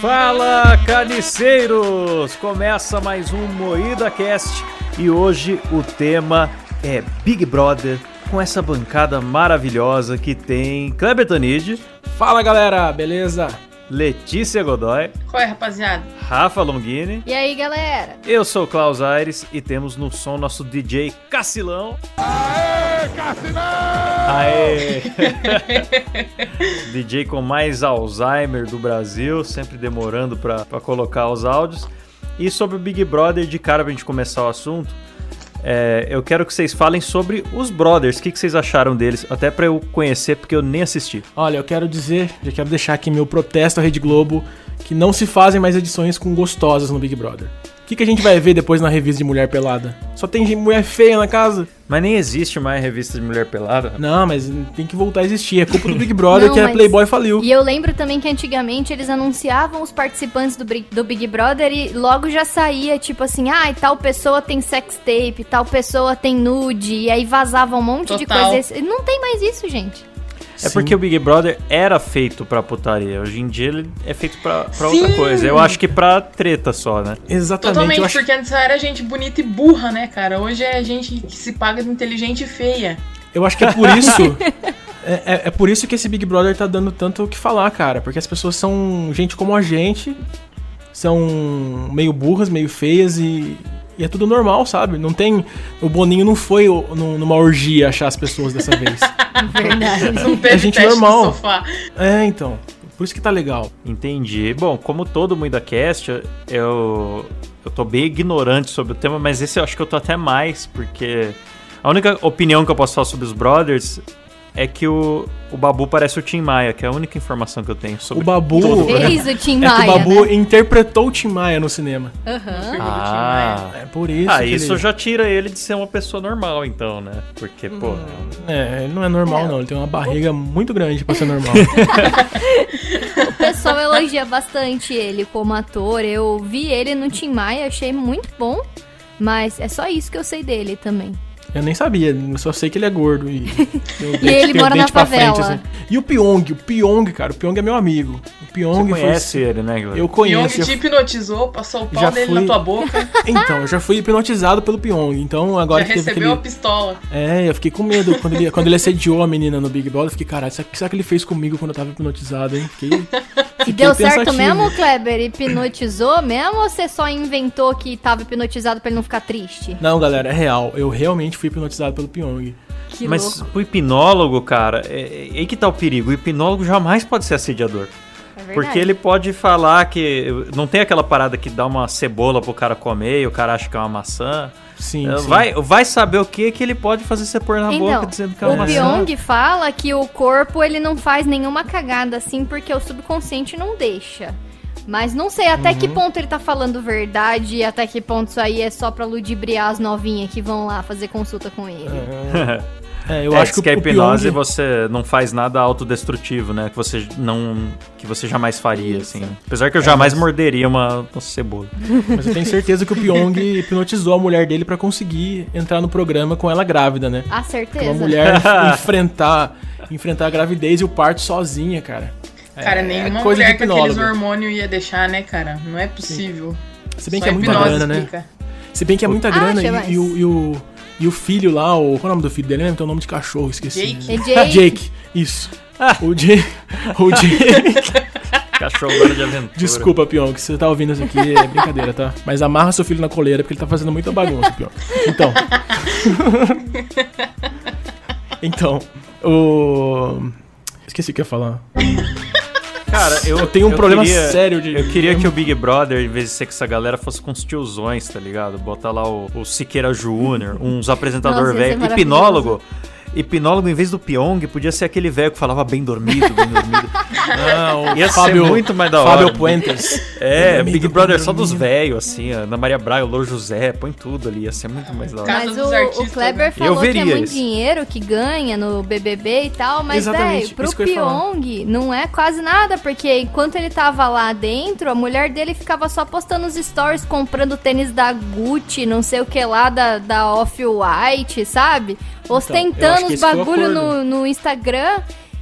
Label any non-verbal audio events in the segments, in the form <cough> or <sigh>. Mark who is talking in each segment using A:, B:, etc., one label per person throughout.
A: Fala, carniceiros! Começa mais um Moída Cast e hoje o tema é Big Brother com essa bancada maravilhosa que tem Kleber Tanide,
B: Fala galera, beleza?
A: Letícia Godoy,
C: Qual é, rapaziada?
A: Rafa Longini,
D: E aí, galera?
A: eu sou o Klaus Aires e temos no som nosso DJ Cacilão.
D: <laughs>
A: Aê, Cacilão! Aê! DJ com mais Alzheimer do Brasil, sempre demorando pra pra colocar os áudios. E sobre o Big Brother, de cara pra gente começar o assunto, é, eu quero que vocês falem sobre os brothers, o que, que vocês acharam deles, até pra eu conhecer, porque eu nem assisti.
B: Olha, eu quero dizer, já quero deixar aqui meu protesto à Rede Globo, que não se fazem mais edições com gostosas no Big Brother. O que, que a gente vai ver depois na revista de Mulher Pelada? Só tem gente- mulher feia na casa?
A: Mas nem existe mais revista de mulher pelada. né?
B: Não, mas tem que voltar a existir. É culpa do Big Brother
D: Não,
B: que a
D: mas-
B: Playboy faliu.
D: E eu lembro também que antigamente eles anunciavam os participantes do, Bri- do Big Brother e logo já saía, tipo assim, ah, tal pessoa tem sex tape, tal pessoa tem nude, e aí vazava um monte de
C: Total.
D: coisa. E Não tem mais isso, gente.
A: É porque o Big Brother era feito pra putaria. Hoje em dia ele é feito pra, pra outra
C: Sim!
A: coisa. Eu acho que pra treta só, né?
B: Exatamente.
C: Totalmente,
B: eu acho-
C: porque antes era gente bonita e burra, né, cara? Hoje é gente que se paga de inteligente e feia.
B: Eu acho que
A: <laughs>
B: é por isso. é, é- é por isso que esse Big Brother tá dando tanto o que falar, cara. Porque as pessoas são gente como a gente, são meio burras, meio feias e. E é tudo normal, sabe? Não tem. O Boninho não foi o- nu- numa orgia achar as pessoas
A: <laughs>
B: dessa vez.
D: Verdade.
C: <laughs> Não teve
B: É gente
C: teste
B: normal.
C: no sofá.
B: é, então. Por isso que tá legal.
A: Entendi. Bom, como todo mundo da cast, eu, eu tô bem ignorante sobre o tema, mas esse eu acho que eu tô até mais, porque a única opinião que eu posso falar sobre os Brothers é que o, o Babu parece o Tim Maia, que é a única informação que eu tenho sobre
B: O Babu.
A: todo programa.
D: Fez o Tim
B: <laughs> É que o
D: Maia.
B: Babu interpretou o Tim Maia no cinema.
D: né? Aham.
A: Ah,
B: É por isso.
A: ah
B: que
A: isso
B: ele...
A: já tira ele de ser uma pessoa normal, então, né? Porque, pô,
B: É, ele não é normal, não. Ele tem uma barriga muito grande pra ser normal.
D: O pessoal elogia bastante ele como ator. Eu vi ele no Tim Maia, achei muito bom. Mas é só isso que eu sei dele também.
B: Eu nem sabia, eu só sei que ele é gordo
D: <laughs>
B: e. tem o dente-
D: ele
B: tem o
D: mora
B: dente
D: na
B: pra assim.
D: favela.
B: E o Pyong, o Pyong, cara, o Pyong é meu amigo. O Pyong
A: você
B: foi-
A: conhece ele, né, Guilherme?
B: Eu
C: Pyong
B: conheço.
C: te
B: eu-
C: hipnotizou, passou o pau
B: Já
C: dele
B: fui-
C: na tua boca,
B: Então, eu já fui hipnotizado pelo Pyong, então agora
C: já
B: que teve
C: recebeu
B: aquele.
C: a pistola.
B: É, eu fiquei com medo quando ele, quando ele assediou a menina no Big Brother. Eu fiquei, caralho, será que será que ele fez comigo quando eu tava hipnotizado, hein? Fiquei.
D: <laughs> E
B: fiquei
D: deu certo
B: é pensativo.
D: mesmo, Kleber? Hipnotizou mesmo ou você só inventou que tava hipnotizado pra ele não ficar triste?
B: Não, galera, é real. Eu realmente fui hipnotizado pelo Pyong.
D: Que
A: Mas
D: louco.
A: o hipnólogo, cara, é, é aí que tá o perigo. O hipnólogo jamais pode ser assediador.
D: É verdade.
A: Porque ele pode falar que. Não tem aquela parada que dá uma cebola pro cara comer e o cara acha que é uma maçã.
B: Sim.
A: Eh,
B: sim.
A: Vai, vai saber o que que ele pode fazer você pôr na boca
D: Então,
A: dizendo que é uma
D: o
A: maçã.
D: Pyong fala que o corpo ele não faz nenhuma cagada assim porque o subconsciente não deixa. Mas não sei até
A: Uhum.
D: que ponto ele tá falando verdade e até que ponto isso aí é só pra ludibriar as novinhas que vão lá fazer consulta com ele.
A: <laughs>
B: É, eu
A: é,
B: acho
A: diz
B: que,
A: que a
B: o, o
A: hipnose
B: Pyong...
A: você não faz nada autodestrutivo, né? Que você não. que você jamais faria, assim. né? Apesar que eu jamais morderia uma, uma
D: <laughs>
A: cebola.
B: Mas eu tenho certeza que o Pyong hipnotizou a mulher dele pra conseguir entrar no programa com ela grávida, né?
D: A
B: Pra
D: certeza.
B: uma mulher enf- enfrentar, enfrentar a gravidez e o parto sozinha, cara.
C: Cara, nenhuma
B: É, coisa
C: mulher
B: de
C: com aqueles
B: hipnólogo.
C: hormônios ia deixar, né, cara? Não é possível.
B: Se bem
C: Só
B: que é muita
C: hipnose
B: grana, né?
C: explica.
B: Se bem que é muita
D: Ah,
B: grana
D: achei
B: e,
D: mais.
B: e o, e, o, e o filho lá, o, qual é o nome do filho dele? Lembra? Tem um nome de cachorro, esqueci.
C: Jake.
D: É
B: Jake.
D: Jake.
B: isso. O Jake. <laughs> O Jake.
A: Cachorro agora de aventura.
B: Desculpa, Pyong, se você tá ouvindo isso aqui, é brincadeira,
A: <laughs>
B: tá? Mas amarra seu filho na coleira, porque ele tá fazendo muita bagunça, Pyong.
A: <laughs>
B: Então. então, o. Esqueci o que eu ia falar.
A: Cara, eu,
B: Eu tenho um problema
A: queria-
B: sério de.
A: Eu queria que o Big Brother, em vez de ser com essa galera, fosse com os tiozões, tá ligado? Botar lá o, o Siqueira Júnior, uns apresentador
D: Nossa, ia ser
A: velho.
D: maravilhoso.
A: Hipnólogo. Hipnólogo, em vez do Pyong, podia ser aquele velho que falava bem dormido, bem dormido.
B: <laughs> Não,
A: Ia ser muito mais da hora.
B: <laughs>
A: <laughs>
B: Fábio Puentes.
A: É,
B: Dormido,
A: Big
B: bem
A: Brother só dos
B: dormido.
A: velhos, assim. Ana Maria Braga, Lô José, põe tudo ali. Ia ser muito mais da hora.
C: Cara,
D: Mas
C: Casa dos
D: o,
C: artistas,
D: o Kleber
C: né?
A: Eu
D: falou que
A: veria
D: é muito
A: isso.
D: dinheiro que ganha no BBB e tal, mas
B: Exatamente,
D: velho, pro
B: isso que eu ia falar.
D: Pyong não é quase nada, porque enquanto ele tava lá dentro, a mulher dele ficava só postando os stories, comprando tênis da Gucci, não sei o que lá, da, da Off-White, sabe?
B: Então, eu acho
D: Ostentando
B: que
D: os
B: esse foi o
D: bagulho
B: acordo.
D: no, no Instagram.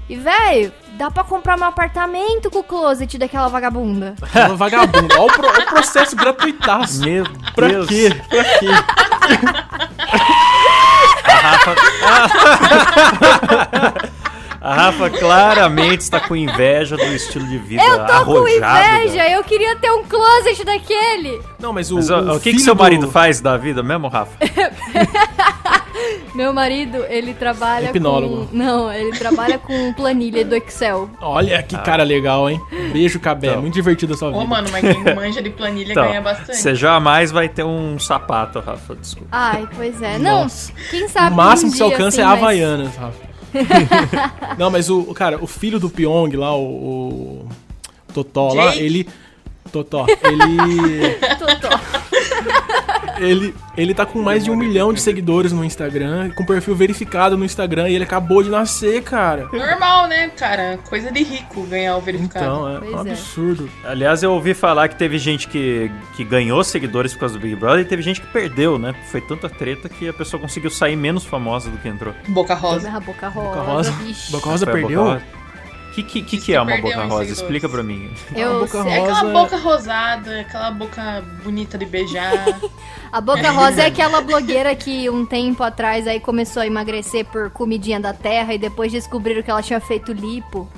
D: E, velho, Dá pra comprar um apartamento com o closet daquela vagabunda.
B: Uma vagabunda. é um Olha o, pro- o processo gratuitaço.
A: Meu
B: Pra
A: Deus.
B: quê? Pra quê?
A: A Rafa claramente está com inveja do estilo de vida
D: Eu tô
A: arrojado.
D: com inveja,
A: dela.
D: eu queria ter um closet daquele.
B: Não, mas o.
A: Mas ó, o, que, que
B: filho
A: seu
B: do-
A: marido faz da vida mesmo, Rafa?
D: Meu marido, ele trabalha
B: Hipnólogo.
D: com... Não, ele trabalha com planilha do Excel.
B: Olha que cara legal, hein? Beijo, Cabé.
A: Ah. Então.
B: Muito divertido a sua vida.
C: Ô, mano, mas
B: <laughs>
C: quem manja de planilha
B: Então,
C: ganha bastante.
A: você jamais vai ter um sapato, Rafa, desculpa.
D: Ai, pois é. Não,
B: Nossa.
D: quem sabe
B: o máximo
D: um
B: que você
D: dia,
B: alcança é
D: assim,
B: a
D: mas-
B: Havaianas,
D: <laughs>
B: Rafa. Não, mas o, o cara, o filho do Pyong lá, o, o Totó lá,
C: Jake?
B: ele. Totó, ele.
D: Totó.
B: <laughs> ele. Ele tá com mais de um milhão de seguidores no Instagram, com perfil verificado no Instagram, e ele acabou de nascer, cara.
C: Normal, né, cara? Coisa de rico ganhar o verificado.
B: Então, é um
D: Pois é.
B: absurdo.
A: Aliás, eu ouvi falar que teve gente que, que ganhou seguidores por causa do Big Brother e teve gente que perdeu, né? Foi tanta treta que a pessoa conseguiu sair menos famosa do que entrou.
B: Então.
C: Boca rosa.
D: Ah, Boca
B: Boca
D: rosa,
B: Rosa.
D: bicho.
B: Boca Rosa
A: Foi a
B: perdeu?
A: Boca Rosa. O que, que, que,
C: Diz
A: que
C: que
A: é uma
C: perdeu
A: boca rosa?
C: em seguidores.
A: Explica pra mim.
D: Eu
B: Boca
D: sei-
C: É aquela
B: Rosa-
C: boca rosada, aquela boca bonita de beijar.
D: A Boca Rosa é aquela blogueira que um tempo atrás aí começou a emagrecer por comidinha da terra e depois descobriram que ela tinha feito lipo.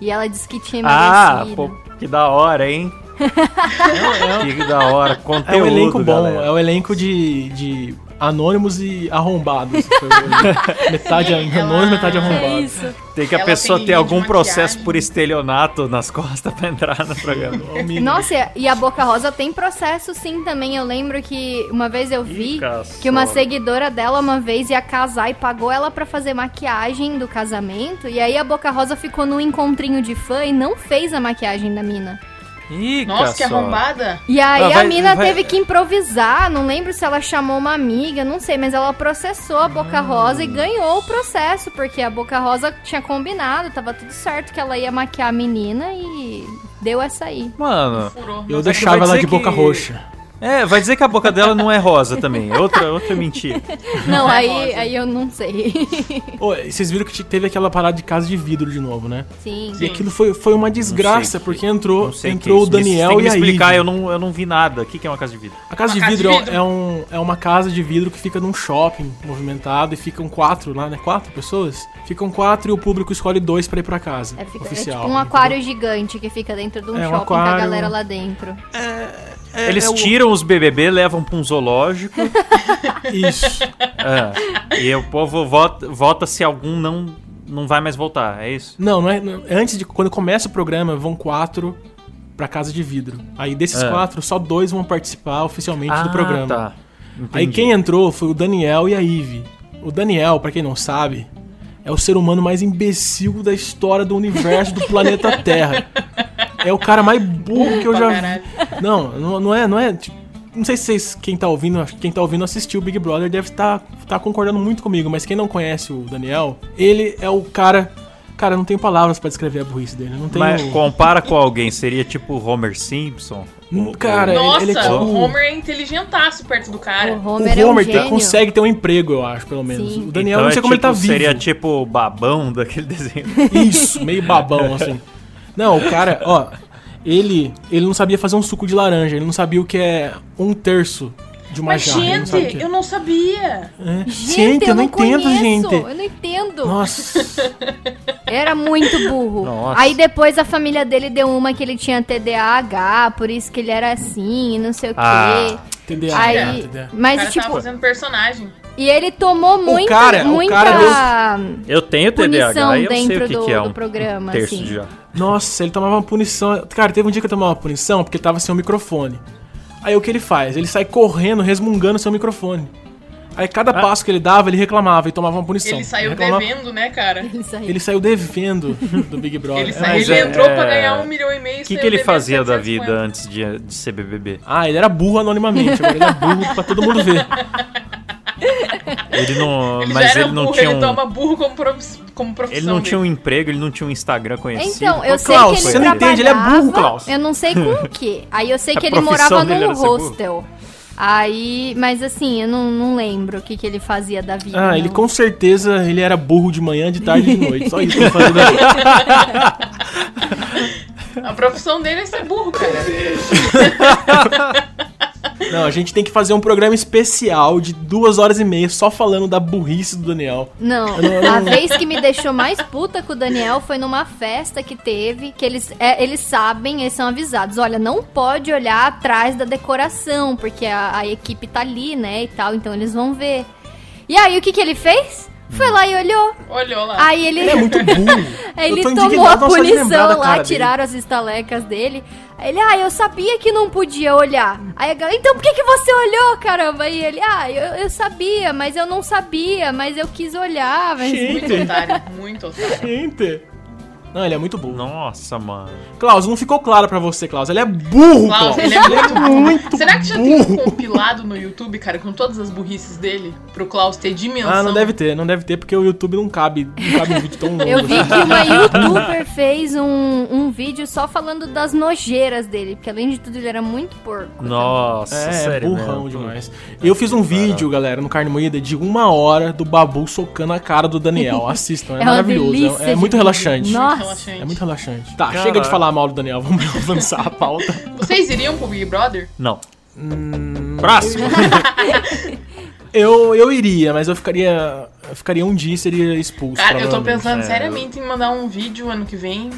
D: E ela disse que tinha
A: <laughs> Ah,
D: emagrecido.
A: pô, que da hora, hein?
D: É um,
A: que da
C: <laughs>
A: hora.
B: É
A: Conteúdo,
B: um elenco bom,
A: galera.
B: é um elenco de, de anônimos e arrombados. Foi
D: <laughs>
B: o- metade anônimo, metade
D: é
B: arrombado.
D: isso.
A: Tem que a
C: Ela
A: pessoa
C: tem
A: ter
C: linha de
A: algum processo
C: maquiagem.
A: por estelionato nas <laughs> costas pra entrar no programa.
B: Ó, o É um mínimo.
D: Nossa, e a Boca Rosa tem processo sim também. Eu lembro que uma vez eu vi
A: Ih, caçola.
D: que uma seguidora dela uma vez ia casar e pagou ela pra fazer maquiagem do casamento. E aí a Boca Rosa ficou num encontrinho de fã e não fez a maquiagem da mina.
A: Ih,
C: Nossa, que
A: caçola.
C: arrombada.
D: E aí
A: Ah, vai-
D: a mina
A: vai-
D: teve que improvisar, não lembro se ela chamou uma amiga, não sei, mas ela processou a Boca
A: Ah.
D: Rosa e ganhou o processo, porque a Boca Rosa tinha combinado, tava tudo certo que ela ia maquiar a menina e deu
A: <laughs>
D: essa aí.
A: Mano,
C: Furou.
B: Eu
C: Nossa,
A: vai
B: deixava ela
A: dizer
B: de boca
A: que-
B: roxa.
A: é, vai dizer que a boca dela não é rosa também. É Outra, outra mentira.
D: Não,
C: É
D: aí,
C: rosa.
D: aí eu não sei. <laughs>
B: Ô, e vocês viram que te- teve aquela parada de casa de vidro de novo, né?
D: Sim.
B: E aquilo foi, foi uma desgraça,
A: Não sei que-
B: porque entrou,
A: Não sei que
B: entrou
A: isso.
B: o
A: Me-
B: Daniel
A: Tem que
B: e
A: me
B: a
A: explicar,
B: Ivy.
A: eu não, eu não vi nada. O que, que é uma casa de vidro?
B: A casa de
C: Uma casa
B: vidro,
C: de
B: é-
C: vidro.
B: É, um, é uma casa de vidro que fica num shopping movimentado e ficam quatro lá, né? Quatro pessoas? Ficam quatro e o público escolhe dois pra ir pra casa.
D: É, fica- é
B: oficial.
D: tipo um aquário gigante que fica dentro de um
B: É, um
D: shopping com a
B: aquário.
D: galera lá dentro.
A: Eles
B: é o-
A: tiram os BBB, levam pra um zoológico.
B: <laughs> Isso.
A: é, e o povo vota, vota se algum não, não vai mais voltar. É isso?
B: Não, não é. não- Antes de. Quando começa o programa, vão quatro pra casa de vidro. Aí desses
A: É.
B: quatro, só dois vão participar oficialmente do programa.
A: tá.
B: Aí
A: Entendi.
B: quem entrou foi o Daniel e a Ive. O Daniel, pra quem não sabe, é o ser humano mais imbecil da história do universo do
A: <laughs>
B: planeta Terra. É o cara mais burro que eu
C: pra
B: já
C: caralho.
B: vi. Não, não, não é, não é. tipo, não sei se vocês, quem tá ouvindo, acho que quem tá ouvindo assistiu o Big Brother deve estar tá concordando muito comigo, mas quem não conhece o Daniel, ele é o cara. Cara, eu não tenho palavras pra descrever a burrice dele. eu Não tenho.
A: Mas compara com alguém, seria tipo Homer Simpson?
B: Hum,
A: Ou-
B: cara,
A: ou-
C: Nossa,
B: ele é
C: o
B: tipo-
C: Homer é inteligentaço perto do cara.
D: O
B: o
D: Homer,
B: Homer,
D: é um
B: te-
D: gênio.
B: consegue ter um emprego, eu acho, pelo menos.
D: Sim.
B: O Daniel,
A: Então
B: não sei
A: é
B: como
A: tipo-
B: ele tá vivo.
A: Seria tipo o babão daquele
D: <laughs>
A: desenho.
B: Isso, meio babão, assim. Não, o cara, ó, ele, ele não sabia fazer um suco de laranja, ele não sabia o que é um terço de uma
C: Mas,
B: jarra. ele não
C: gente,
B: sabe o que é.
C: eu não sabia.
B: É.
D: Gente,
B: Gente,
D: eu, não
B: entendo,
D: conheço,
B: gente.
D: eu não entendo.
B: Nossa,
D: Era muito burro.
A: Nossa.
D: Aí depois a família dele deu uma que ele tinha TDAH, por isso que ele era assim, e não sei o quê.
A: Ah,
B: TDA,
D: Aí,
B: TDA.
C: O
D: mas
C: cara
D: tipo,
C: tava fazendo personagem.
D: e ele tomou muita,
B: cara- o
D: muita
B: cara
A: Eu tenho
D: punição
A: TDAH e eu sei
D: dentro
A: o que,
D: do,
A: que é
D: do
A: um
D: programa,
A: terço
D: assim.
A: de já.
B: Nossa, ele tomava uma punição. Cara, teve um dia que eu tomava uma punição porque tava sem o microfone. Aí o que ele faz? Ele sai correndo, resmungando seu microfone. Aí cada passo que ele dava, ele reclamava e tomava uma punição.
C: Ah. Ele saiu
B: reclamava-
C: devendo, né, cara?
D: Isso aí.
B: Ele saiu devendo do
C: <laughs>
B: Big Brother.
C: Ele,
B: É,
C: saiu,
A: mas
C: ele
A: é-
C: entrou
A: é-
C: pra ganhar um milhão e meio.
A: O que,
C: saiu
A: que ele
C: devendo
A: fazia da vida
C: 750.
A: antes de, de ser BBB?
B: Ah, ele era burro anonimamente, agora ele é burro pra todo mundo ver.
A: Ele não,
C: <laughs> Ele
A: mas
C: já era
A: ele não
C: burro,
A: tinha
C: ele
A: um,
C: toma burro como, prof- como profissão.
A: ele não tinha um
C: dele.
A: emprego, ele não tinha um Instagram conhecido.
D: Então, eu
B: Ô,
D: sei
B: Klaus,
D: que ele
A: você não
D: trabalhava...
B: entende, ele é burro, Klaus.
D: Eu não sei com o quê. Aí eu sei
A: A
D: que ele
A: profissão
D: morava
A: dele
D: num
A: era ser burro?
D: hostel. Aí, mas assim, eu não, não lembro o que, que ele fazia da vida.
B: Ah,
D: não.
B: ele com certeza ele era burro de manhã, de tarde e de noite. Só isso que eu né? fazia da vida.
C: A profissão dele é ser burro, cara.
B: Não, a gente tem que fazer um programa especial de duas horas e meia só falando da burrice do Daniel.
D: Não, a vez que me deixou mais puta com o Daniel foi numa festa que teve, que eles, é, eles sabem, eles são avisados, olha, não pode olhar atrás da decoração, porque a, a equipe tá ali, né, e tal, então eles vão ver. E aí, o que que ele fez? Foi lá e olhou.
C: Olhou lá.
D: Aí ele...
B: Ele é muito burro.
C: <laughs>
D: Aí
B: Eu
D: ele
B: tô
D: tomou a
B: indignado só de lembrar da
D: punição
B: cara
D: lá,
B: dele.
D: tiraram as estalecas dele. Aí ele, ah, eu sabia que não podia olhar. Aí a galera, então por que, que você olhou, caramba? E ele, ah, eu, eu sabia, mas eu não sabia, mas eu quis olhar. Mas...
B: Gente,
C: Muito otário, muito otário.
B: gente. Não, ele é muito burro.
A: Nossa, mano.
B: Klaus, não ficou claro pra você, Klaus. Ele é burro, Klaus.
C: Klaus, ele é muito burro.
B: muito
C: Será que já tem um
B: burro.
C: compilado no YouTube, cara, com todas as burrices dele? Pro Klaus ter dimensão.
B: Ah, não deve ter, não deve ter, porque o YouTube não cabe, não cabe um vídeo tão longo.
D: Eu vi
B: assim.
D: que uma youtuber fez um, um vídeo só falando das nojeiras dele, porque além de tudo ele era muito porco. tá
A: Nossa,
B: É,
A: sério.
B: burrão
A: mesmo.
B: demais. Eu fiz um vídeo, galera, no Carne Moída, de uma hora do Babu socando a cara do
D: <laughs>
B: Daniel. Assistam, é,
D: uma
B: maravilhoso.
D: delícia
B: é- É,
D: de
B: muito
D: vídeo.
B: relaxante.
D: Nossa.
C: Relaxante.
B: É muito relaxante. Tá,
A: Caraca.
B: chega de falar mal do Daniel, <laughs> vamos avançar a pauta. Hum,
C: Vocês iriam pro Big Brother?
A: Não.
D: <laughs>
A: Próximo.
B: Eu, eu iria, mas eu ficaria. Eu ficaria um dia e seria expulso.
C: Cara, eu tô
B: provavelmente.
C: pensando
A: é.
C: seriamente em mandar um vídeo ano que vem.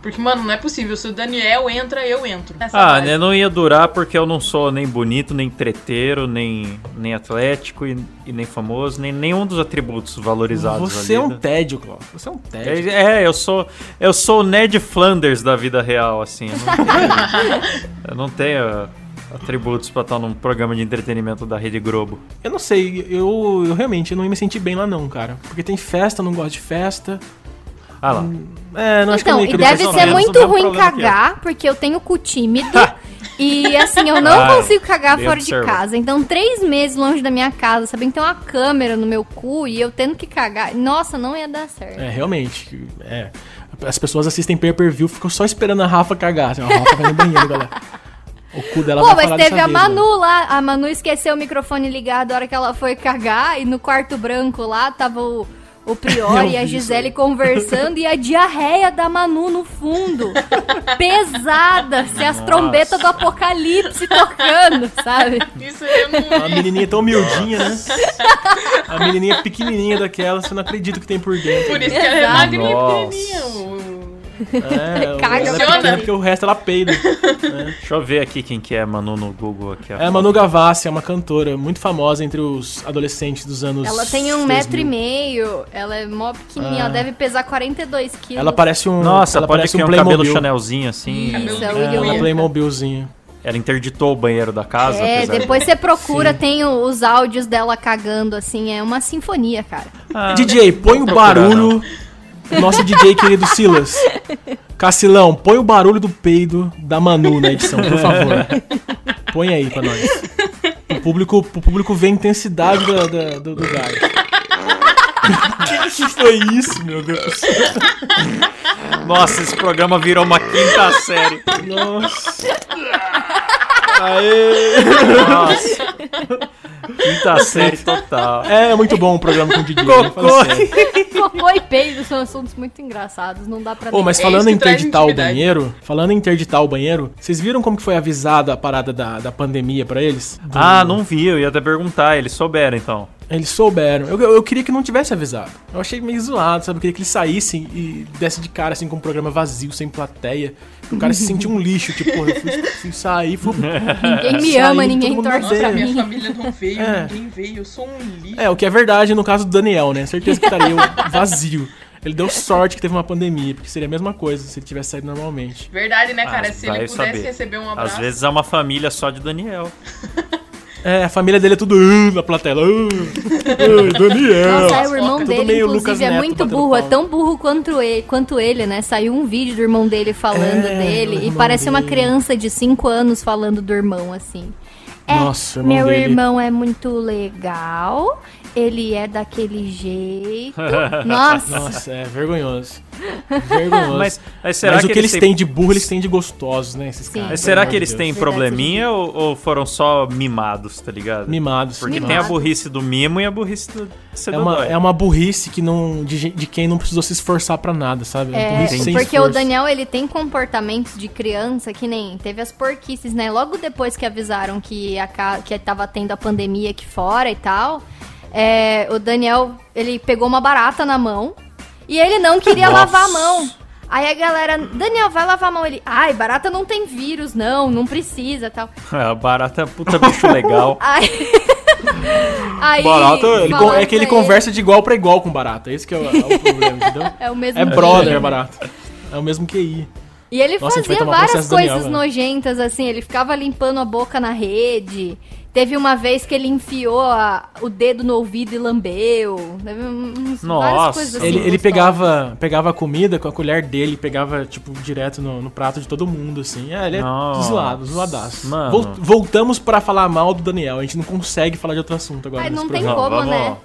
C: Porque, mano, não é possível. Se o Daniel entra, eu entro. Essa
A: Ah,
C: base.
A: né, não ia durar porque eu não sou nem bonito, nem treteiro, nem, nem atlético e, e nem famoso, nem nenhum dos atributos valorizados
B: Você é
A: ali.
B: um
A: né?
B: tédio, Cláudio. Você é um tédio.
A: É, é, eu sou eu sou o Ned Flanders da vida real, assim. Eu não tenho, eu não tenho atributos pra estar num programa de entretenimento da Rede Globo.
B: Eu não sei, eu, eu realmente não ia me sentir bem lá não, cara. Porque tem festa, eu não gosto de festa.
A: Ah lá.
B: É, não acho que eu
D: Então,
B: não ia
D: e
B: querer festa,
D: deve
A: pessoal
D: ser
A: mesmo,
B: não. é um
A: o mesmo
D: muito ruim
A: problema que eu.
D: cagar, porque eu tenho
B: <laughs>
D: cu tímido. E assim, eu não
A: Ah,
D: consigo cagar
A: bem
D: fora
A: observa.
D: de casa. Então, três meses longe da minha casa, sabendo que tem uma câmera no meu cu e eu tendo que cagar. Nossa, não ia dar certo.
B: É, realmente. É. As pessoas assistem pay-per-view, ficam só esperando a Rafa cagar. Assim, ó, a Rafa vai no banheiro, galera. O cu dela
D: Pô,
B: vai
D: mas
B: parar
D: teve
B: dessa
D: a
B: vez, né?
D: Manu lá. A Manu esqueceu o microfone ligado a hora que ela foi cagar. E no quarto branco lá tava o, o
B: <laughs> Eu
D: Priori e a
B: vi isso
D: Gisele
B: aí.
D: conversando. E a diarreia da Manu no
B: <laughs>
D: fundo. Pesada. Se as
A: Nossa.
D: trombetas do apocalipse tocando, sabe?
C: Isso eu
B: A
A: Ah,
C: não vi.
B: menininha tão miudinha, né? A menininha pequenininha daquela, você não acredita o que tem por dentro.
C: Por isso que ela é magrinha e
A: Nossa.
C: pequenininha. o-
B: É,
D: Caga,
B: ela é
C: funciona.
B: pequena porque o resto ela peida. né?
A: Deixa eu ver aqui quem que é Manu no Google aqui. ó.
B: É a Manu Gavassi, é uma cantora muito famosa entre os adolescentes dos anos
D: Ela tem um metro e
B: 2000.
D: meio. Ela é mó pequenininha. Ela deve pesar 42 quilos.
B: Ah. Ela parece um.
A: Nossa,
B: ela
A: pode
B: parece
A: ter um,
B: Playmobil.
A: cabelo Chanelzinho assim.
D: Isso, é
C: Cabelo
D: o
B: É,
C: de
B: uma
C: unha.
B: Playmobilzinha.
A: Ela interditou o banheiro da casa,
D: É,
A: apesar de-
D: depois você procura, tem o- os áudios dela cagando, assim, é uma sinfonia, cara.
A: Ah,
B: DJ, põe o
A: procurar,
B: barulho. Nosso DJ querido Silas. Cacilão, põe o barulho do peido da Manu na edição, por favor. Põe aí pra nós. O público, o público vê a intensidade da- da- do, do gás. O que, que foi isso, meu Deus?
A: Nossa, esse programa virou uma quinta série.
B: Nossa. Aê!
A: Nossa. Quinta série total.
B: É muito bom o programa com o DJ. né? Fala sério.
A: Cocô.
D: Cocô e peido são assuntos muito engraçados, não dá pra...
B: Ô, mas
C: É
B: falando
C: isso
B: em
C: que traz
B: interditar o
C: intimidade.
B: banheiro, falando em interditar o banheiro, vocês viram como que foi avisada a parada da, da pandemia pra eles? Do-
A: Ah, não vi, eu ia até perguntar, eles souberam então.
B: Eles souberam. Eu, eu queria que não tivesse avisado. Eu achei meio zoado, sabe? Eu queria que eles saíssem e dessem de cara, assim, com um programa vazio, sem plateia. Que o cara se sentia um lixo, tipo, porra, eu fui, fui sair, fui...
D: <laughs>
B: <laughs>
D: Ninguém me
B: Saí,
D: ama,
B: todo
D: ninguém
B: mundo me
D: torce
B: odeia.
D: pra
C: Nossa, minha
D: mim.
C: família não
A: <laughs>
C: veio,
B: É.
C: ninguém veio. Eu sou um lixo.
B: É, o que é verdade no caso do Daniel, né? Certeza que estaria vazio. Ele deu sorte que teve uma pandemia, porque seria a mesma coisa se ele tivesse saído normalmente.
C: Verdade, né, cara?
A: Ah,
C: Se ele
A: vai
C: pudesse
A: saber.
C: receber um
A: Às
C: abraço.
A: vezes é uma família só de Daniel.
B: É, a família dele é tudo "Ah", na plateia. "Ah, ah, Daniel.
D: Nossa, é, o irmão
B: Tudo
D: dele,
B: meio Lucas
D: inclusive, é
B: Neto
D: muito
B: batendo
D: burro, é
B: palma.
D: tão burro quanto ele, quanto ele, né? Saiu um vídeo do irmão dele falando
B: É, o
D: dele, e
B: irmão
D: parece uma
B: dele.
D: criança de 5 anos falando do irmão, assim. É,
B: Nossa, o irmão
D: meu
B: dele.
D: irmão é muito
B: <laughs>
D: legal, ele é daquele jeito. Nossa, <laughs>
B: Nossa, é vergonhoso. Vergonhoso.
A: Mas,
B: Mas,
A: mas será
B: o que eles
A: têm-
B: têm de burro, eles têm de gostosos, né? Esses
D: Sim.
B: caras.
A: Mas
B: pelo
A: será
B: amor
A: que
B: de
A: eles
B: Deus.
A: têm
D: Verdade,
A: probleminha ou, ou foram só mimados, tá ligado?
B: Mimados.
A: Porque tem a
D: Mimados.
A: burrice do mimo e a burrice do ser
B: É uma, é uma burrice que não, de, gen- de quem não precisou se esforçar pra nada, sabe? uma
D: É,
B: burrice sem
D: porque
B: esforço.
D: o Daniel ele tem comportamentos de criança que nem teve as porquices, né? Logo depois que avisaram que, a, ca- que tava tendo a pandemia aqui fora e tal, é, o Daniel ele pegou uma barata na mão e ele não queria
A: Nossa.
D: lavar a mão. Aí a galera, Daniel, vai lavar a mão. Ele, ai, barata não tem vírus, não, não precisa tal.
A: A barata <laughs> é um puta bicho legal.
D: Aí. aí
B: Barata, ele con-
D: falaram
B: é que ele
D: pra
B: conversa de igual pra igual com barata. Esse que é o, é
D: <laughs>
B: o problema, entendeu?
D: É o mesmo
B: É
D: que
B: brother, barato. É o mesmo QI.
D: E ele
B: Nossa, a gente vai
D: fazia
B: tomar
D: várias
B: processo do
D: coisas
B: Daniel, né?
D: nojentas, assim, ele ficava limpando a boca na rede. Teve uma vez que ele enfiou a- o dedo no ouvido e lambeu. Teve um, uns,
A: Nossa.
D: várias coisas assim.
B: Ele, ele
D: gostosas.
B: pegava, pegava a comida com a colher dele, pegava, tipo, direto no, no prato de todo mundo, assim. É, ele é
A: Nossa,
B: zoado, zoadaço.
A: mano.
B: Vol- voltamos pra falar mal do Daniel. A gente não consegue falar de outro assunto agora
D: Ai,
B: nesse
D: não <laughs> tem
B: programa.
D: como, né?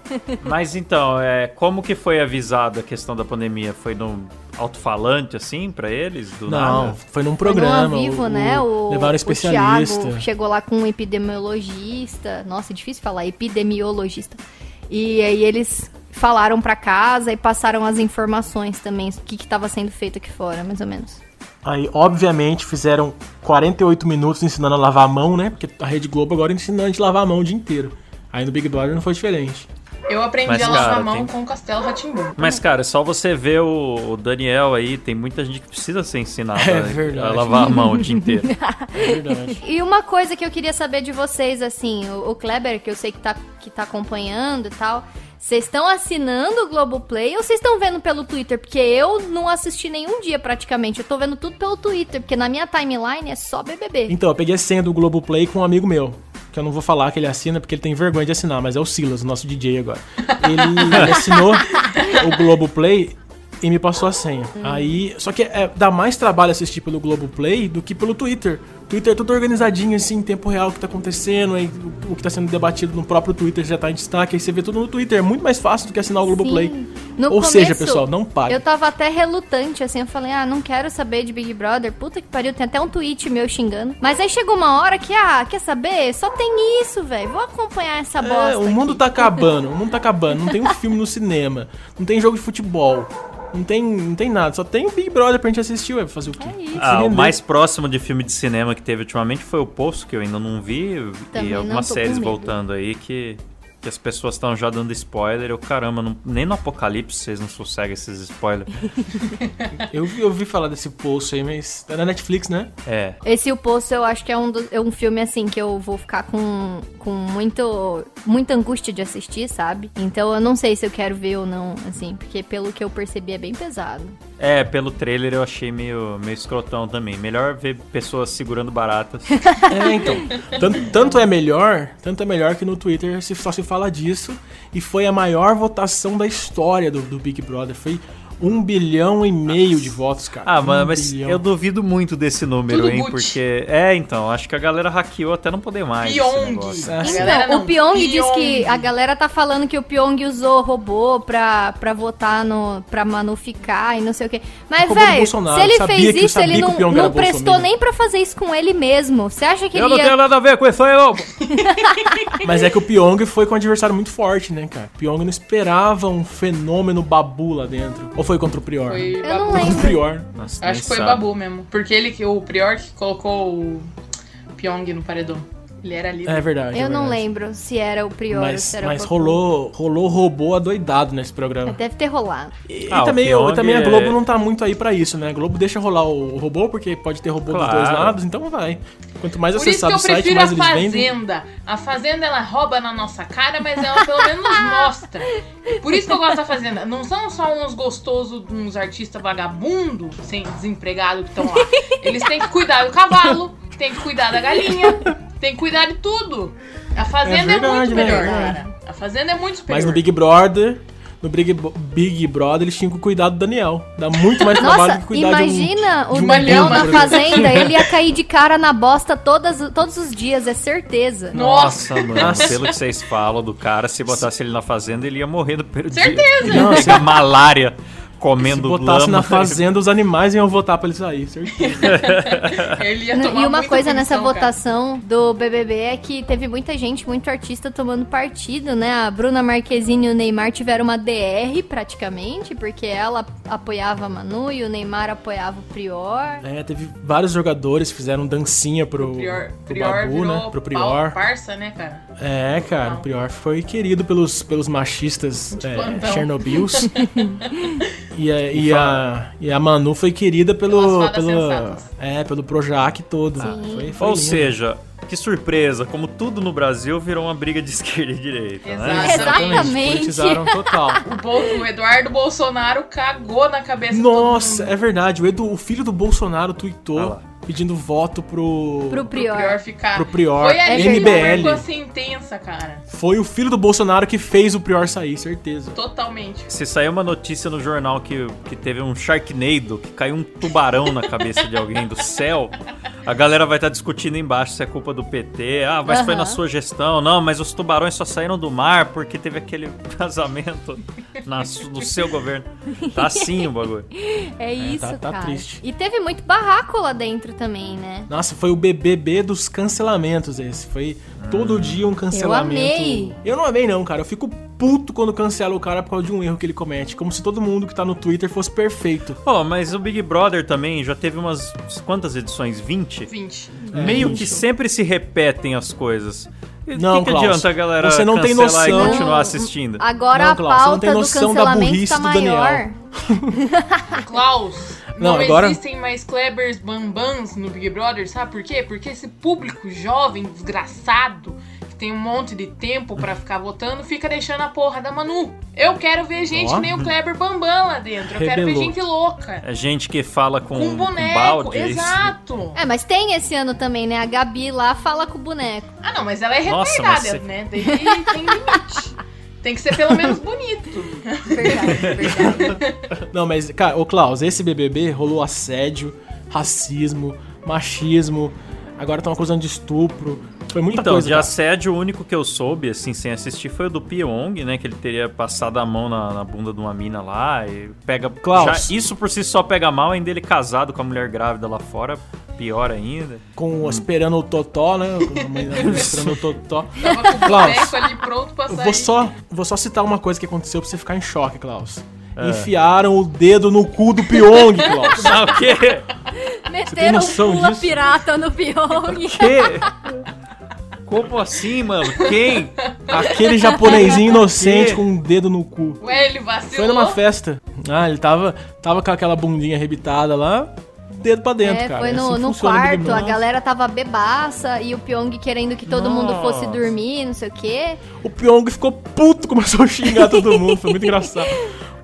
A: Mas então, é, como que foi avisado a questão da pandemia? Foi num alto-falante, assim, pra eles? Do
B: Não,
A: nada?
B: foi num
D: Foi no
B: programa.
D: ao vivo,
B: o-
D: né? O,
B: levaram um especialista.
D: O Thiago chegou lá com um epidemiologista. Nossa, é difícil falar, epidemiologista. E aí eles falaram pra casa e passaram as informações também, o que que tava sendo feito aqui fora, mais ou menos.
B: Aí, obviamente, fizeram 48 minutos ensinando a lavar a mão, né? Porque a Rede Globo agora ensina a gente a lavar a mão o dia inteiro. Aí no Big Brother não foi diferente.
C: Eu aprendi
A: Mas,
C: a lavar
A: cara,
C: a mão
A: tem-
C: com o Castelo Ratimbu.
A: Mas, cara, é só você ver o, o Daniel aí, tem muita gente que precisa ser ensinada
B: É
A: a- a
B: verdade.
A: lavar a mão o dia
B: <laughs>
A: inteiro.
B: É verdade.
D: E uma coisa que eu queria saber de vocês, assim, o, o Kleber, que eu sei que tá, que tá acompanhando e tal, vocês estão assinando o Globoplay ou vocês estão vendo pelo Twitter? Porque eu não assisti nenhum dia praticamente, eu tô vendo tudo pelo Twitter, porque na minha timeline é só BBB.
B: Então, eu peguei a senha do Globoplay com um amigo meu. Que eu não vou falar que ele assina, porque ele tem vergonha de assinar, mas é o Silas, o nosso DJ agora. Ele,
D: <laughs>
B: ele assinou o Globoplay e me passou a senha.
D: Hum.
B: Aí. Só que é, dá mais trabalho assistir pelo Globoplay do que pelo Twitter. Twitter é tudo organizadinho, assim, em tempo real o que tá acontecendo, aí o- o que tá sendo debatido no próprio Twitter já tá em destaque, aí você vê tudo no Twitter. É muito mais fácil do que assinar o Globoplay.
D: Sim. No
B: Ou
D: começo,
B: seja, pessoal, não pague.
D: Eu tava até relutante, assim, eu falei, ah, não quero saber de Big Brother, puta que pariu, tem até um tweet meu xingando. Mas aí chegou uma hora que, ah, quer saber? Só tem isso, velho, vou acompanhar essa bosta
B: É, o mundo
D: aqui.
B: tá acabando, o mundo tá acabando. Não tem um filme no cinema, não tem jogo de futebol, não tem, não tem nada. Só tem o Big Brother pra gente assistir, ué, fazer o quê?
D: É isso.
A: Ah,
B: Se
A: o
B: render.
A: mais próximo de filme de cinema que teve ultimamente foi o Poço, que eu ainda não vi,
D: Também
A: e
D: não
A: algumas
D: tô com
A: séries
D: medo.
A: voltando aí que, que as pessoas estão já dando spoiler. Eu, caramba, não- nem no Apocalipse vocês não sossegam esses spoilers.
B: Eu, vi- eu ouvi falar desse poço aí, mas tá na
A: <laughs>
B: Netflix, né?
A: É.
D: Esse O Poço eu acho que é um, do- é um filme assim que eu vou ficar com, com muito, muita angústia de assistir, sabe? Então eu não sei se eu quero ver ou não, assim, porque pelo que eu percebi é bem pesado.
A: É, pelo trailer eu achei meio, meio escrotão também. Melhor ver pessoas segurando baratas.
B: É, então. tanto, tanto é melhor, tanto é melhor que no Twitter se, só se fala disso. E foi a maior votação da história do, do Big Brother. Foi um bilhão e meio de votos, cara.
A: Ah,
B: Um
A: mano, mas
B: bilhão.
A: eu duvido muito desse número,
C: Tudo
A: hein?
C: boot.
A: Porque. É, então, acho que a galera hackeou até não poder mais. esse
C: Pyong.
A: negócio.
B: Ah, sim.
C: galera
D: Então, o
C: não,
D: Pyong diz
C: Pyong.
D: que a galera tá falando que o Pyong usou robô pra, pra votar no. pra Manu ficar e não sei o quê. Mas,
B: Roubou do
D: velho,
B: Tá Bolsonaro,
D: se ele
B: sabia
D: fez
B: que eu
D: isso,
B: sabia
D: ele
B: que o
D: não,
B: Pyong era
D: não prestou
B: bolsominion.
D: nem pra fazer isso com ele mesmo. Você acha que
A: Eu
D: ele
A: não
D: ia
A: tenho nada a ver com isso aí, não.
B: Mas é que o Pyong foi com um adversário muito forte, né, cara? O Pyong não esperava um fenômeno babu lá dentro. Ou foi contra o Prior?
C: Foi
D: Eu não
C: Babu.
B: Contra o Prior.
A: Nossa, nem
C: Acho que foi
A: sabe.
C: Babu mesmo. Porque ele, que- o Prior que colocou o Pyong no paredão. Ele era ali.
B: É verdade.
D: Eu
B: é
D: não
B: verdade.
D: lembro se era o Prior ou
B: Mas,
D: se era
B: mas
D: o Popô.
B: rolou, rolou robô adoidado nesse programa.
D: Deve ter rolado.
B: E, e
A: Ah, o
B: também,
A: Pyong
B: e também a
A: é-
B: Globo não tá muito aí pra isso, né? A Globo deixa rolar o robô, porque pode ter robô dos
A: Claro.
B: dois lados, então vai. Quanto mais
C: Por isso
B: acessado o
C: que eu
B: site,
C: prefiro a
B: mais eles vendem.
C: Fazenda. A Fazenda, ela rouba na nossa cara, mas ela
B: <laughs>
C: pelo menos mostra. Por isso que eu gosto da Fazenda. Não são só uns gostosos, uns artistas vagabundo, sem desempregado que
B: <laughs>
C: estão lá. Eles têm que cuidar do cavalo, têm que cuidar da galinha, têm que cuidar de tudo. A Fazenda é,
B: verdade,
C: muito
B: né?
C: melhor,
B: É verdade.
C: cara. A Fazenda é muito superior.
B: Mas no Big Brother... No Big, Bo- Big Brother, eles tinham que cuidar do Daniel. Dá muito mais trabalho
D: <laughs> Nossa,
B: que cuidar de um...
D: imagina
B: de
D: o
B: um
D: Daniel
B: milhão,
D: na
B: por exemplo.
D: fazenda, ele ia cair de cara na bosta todas, todos os dias, é certeza.
A: Nossa, mano,
B: Nossa.
A: pelo que vocês falam do cara, se botasse ele na fazenda, ele ia morrer do
C: Certeza.
A: Não,
B: Não,
A: pegar malária.
B: Se
A: comendo
B: botasse
A: lama.
B: na fazenda, os animais iam votar pra ele sair, certeza.
C: Ele ia tomar
D: E uma
C: muita
D: coisa nessa
C: punição, cara.
D: votação do BBB é que teve muita gente, muito artista tomando partido, né? A Bruna Marquezine e o Neymar tiveram uma DR praticamente, porque ela apoiava a Manu e o Neymar apoiava o Prior.
B: É, teve vários jogadores que fizeram dancinha pro,
C: Prior,
B: pro
C: prior
B: Babu,
C: virou
B: né? Pro Prior.
C: pau- parça, né, cara?
B: É, cara, o Prior foi querido pelos, pelos machistas é,
C: plantão. <laughs>
B: Chernobyls. e, a, e, a, e a Manu foi querida pelo.
C: Pelas fadas
B: pelo
C: sensatas.
B: é, pelo Projac todo.
D: Sim.
B: Foi, foi
A: Ou
B: lindo.
A: seja, que surpresa, como tudo no Brasil virou uma briga de <laughs> esquerda e direita, né?
C: Exato.
D: Exatamente.
B: Politizaram
C: <laughs>
B: total.
C: O, Bol- o Eduardo Bolsonaro cagou na cabeça de
B: Nossa,
C: todo mundo.
B: é verdade. O, Edu- o filho do Bolsonaro tuitou
A: Ah lá.
B: pedindo voto pro.
D: Pro
C: Pro
D: Prior.
C: Prior ficar.
B: é Pro Prior.
C: Foi aí que ele
B: MBL.
C: marcou a sentença, assim, cara.
B: Foi o filho do Bolsonaro que fez o Prior sair, certeza.
C: Totalmente.
A: Se saiu uma notícia no jornal que, que teve um Sharknado, que caiu um tubarão na cabeça de alguém do céu, a galera vai estar discutindo embaixo se é culpa do PT, ah, mas foi na
D: Aham.
A: sua gestão, não, mas os tubarões só saíram do mar porque teve aquele <laughs> vazamento na, su- no seu governo. Tá assim o bagulho.
D: É isso,
B: tá- tá
D: cara.
B: triste.
D: E teve muito barraco lá dentro também, né?
B: Nossa, foi o BBB dos cancelamentos esse. Foi todo dia um cancelamento.
D: Hum. Eu amei.
B: Eu não amei não, cara. Eu fico puto quando cancela o cara por causa de um erro que ele comete. Como se todo mundo que tá no Twitter fosse perfeito.
A: Pô, mas o Big Brother também já teve umas quantas edições? 20?
C: 20.
A: Meio
B: isso.
A: que sempre se repetem as coisas. E
B: Não,
A: que, que
B: Klaus,
A: adianta a galera
B: você não tem
A: cancelar
B: noção.
A: e continuar
D: Não,
A: assistindo?
D: Agora
B: Não,
D: a
B: Cláudio, você não tem
D: pauta do
B: noção da
D: cancelamento
B: burrice
D: tá
B: do Daniel.
D: maior.
C: Klaus,
B: Não,
C: não,
B: agora-
C: existem mais Klebers Bambans no Big Brother, sabe por quê? Porque esse público jovem, desgraçado, que tem um monte de tempo pra ficar votando, fica deixando a porra da Manu. Eu quero ver gente
B: Ó.
C: que nem o Kleber Bambam lá dentro. Eu quero ver
B: Rebelou.
C: gente louca.
A: É gente que fala com,
C: Com um
A: com
C: boneco,
A: balde. é isso?
C: exato.
D: É, mas tem esse ano também, né? A Gabi lá fala com o boneco.
C: Ah, não, mas ela é
A: Nossa,
C: retardada,
A: mas você-
C: né? Daí tem limite. Tem que ser pelo menos bonito.
D: <laughs> Verdade, verdade.
B: Não, mas, cara, ô Klaus, esse BBB rolou assédio, racismo, machismo. Agora estão acusando de estupro. Foi muita
A: Então,
B: coisa.
A: de
B: cara.
A: assédio, o único que eu soube, assim, sem assistir, foi o do Pyong, né? Que ele teria passado a mão na, na bunda de uma mina lá e pega...
B: Klaus.
A: já- isso por si só pega mal, ainda ele casado com a mulher grávida lá fora, pior
C: <laughs>
A: ainda.
B: Com esperando o Totó, né? Com a mãe da mulher esperando o Totó.
C: Tava com o
B: Klaus,
C: boneco ali pronto pra
B: Eu
C: sair.
B: Vou só,
A: tá.
B: vou só citar uma coisa que aconteceu pra você ficar em choque, Klaus.
A: É.
B: Enfiaram o dedo no cu do Pyong,
A: <laughs>
B: Klaus.
A: Ah, o quê?
D: <laughs> Meteram
B: noção
D: pula
B: disso?
D: pirata no Pyong.
A: quê? Como assim, mano? Quem?
B: Aquele japonesinho inocente com um dedo no cu.
C: Ué, ele vacilou.
B: Foi numa festa. Ah, ele tava, tava com aquela bundinha arrebitada lá, dedo pra dentro,
D: é,
B: cara.
D: foi
B: É
D: no,
B: assim que
D: no
B: funciona Big
D: quarto, a
B: Brother.
D: galera tava bebaça e o Pyong querendo que todo mundo fosse
A: Nossa.
D: dormir, não sei o quê.
B: O Pyong ficou puto, começou a xingar todo mundo. Foi muito
D: <laughs>
B: engraçado.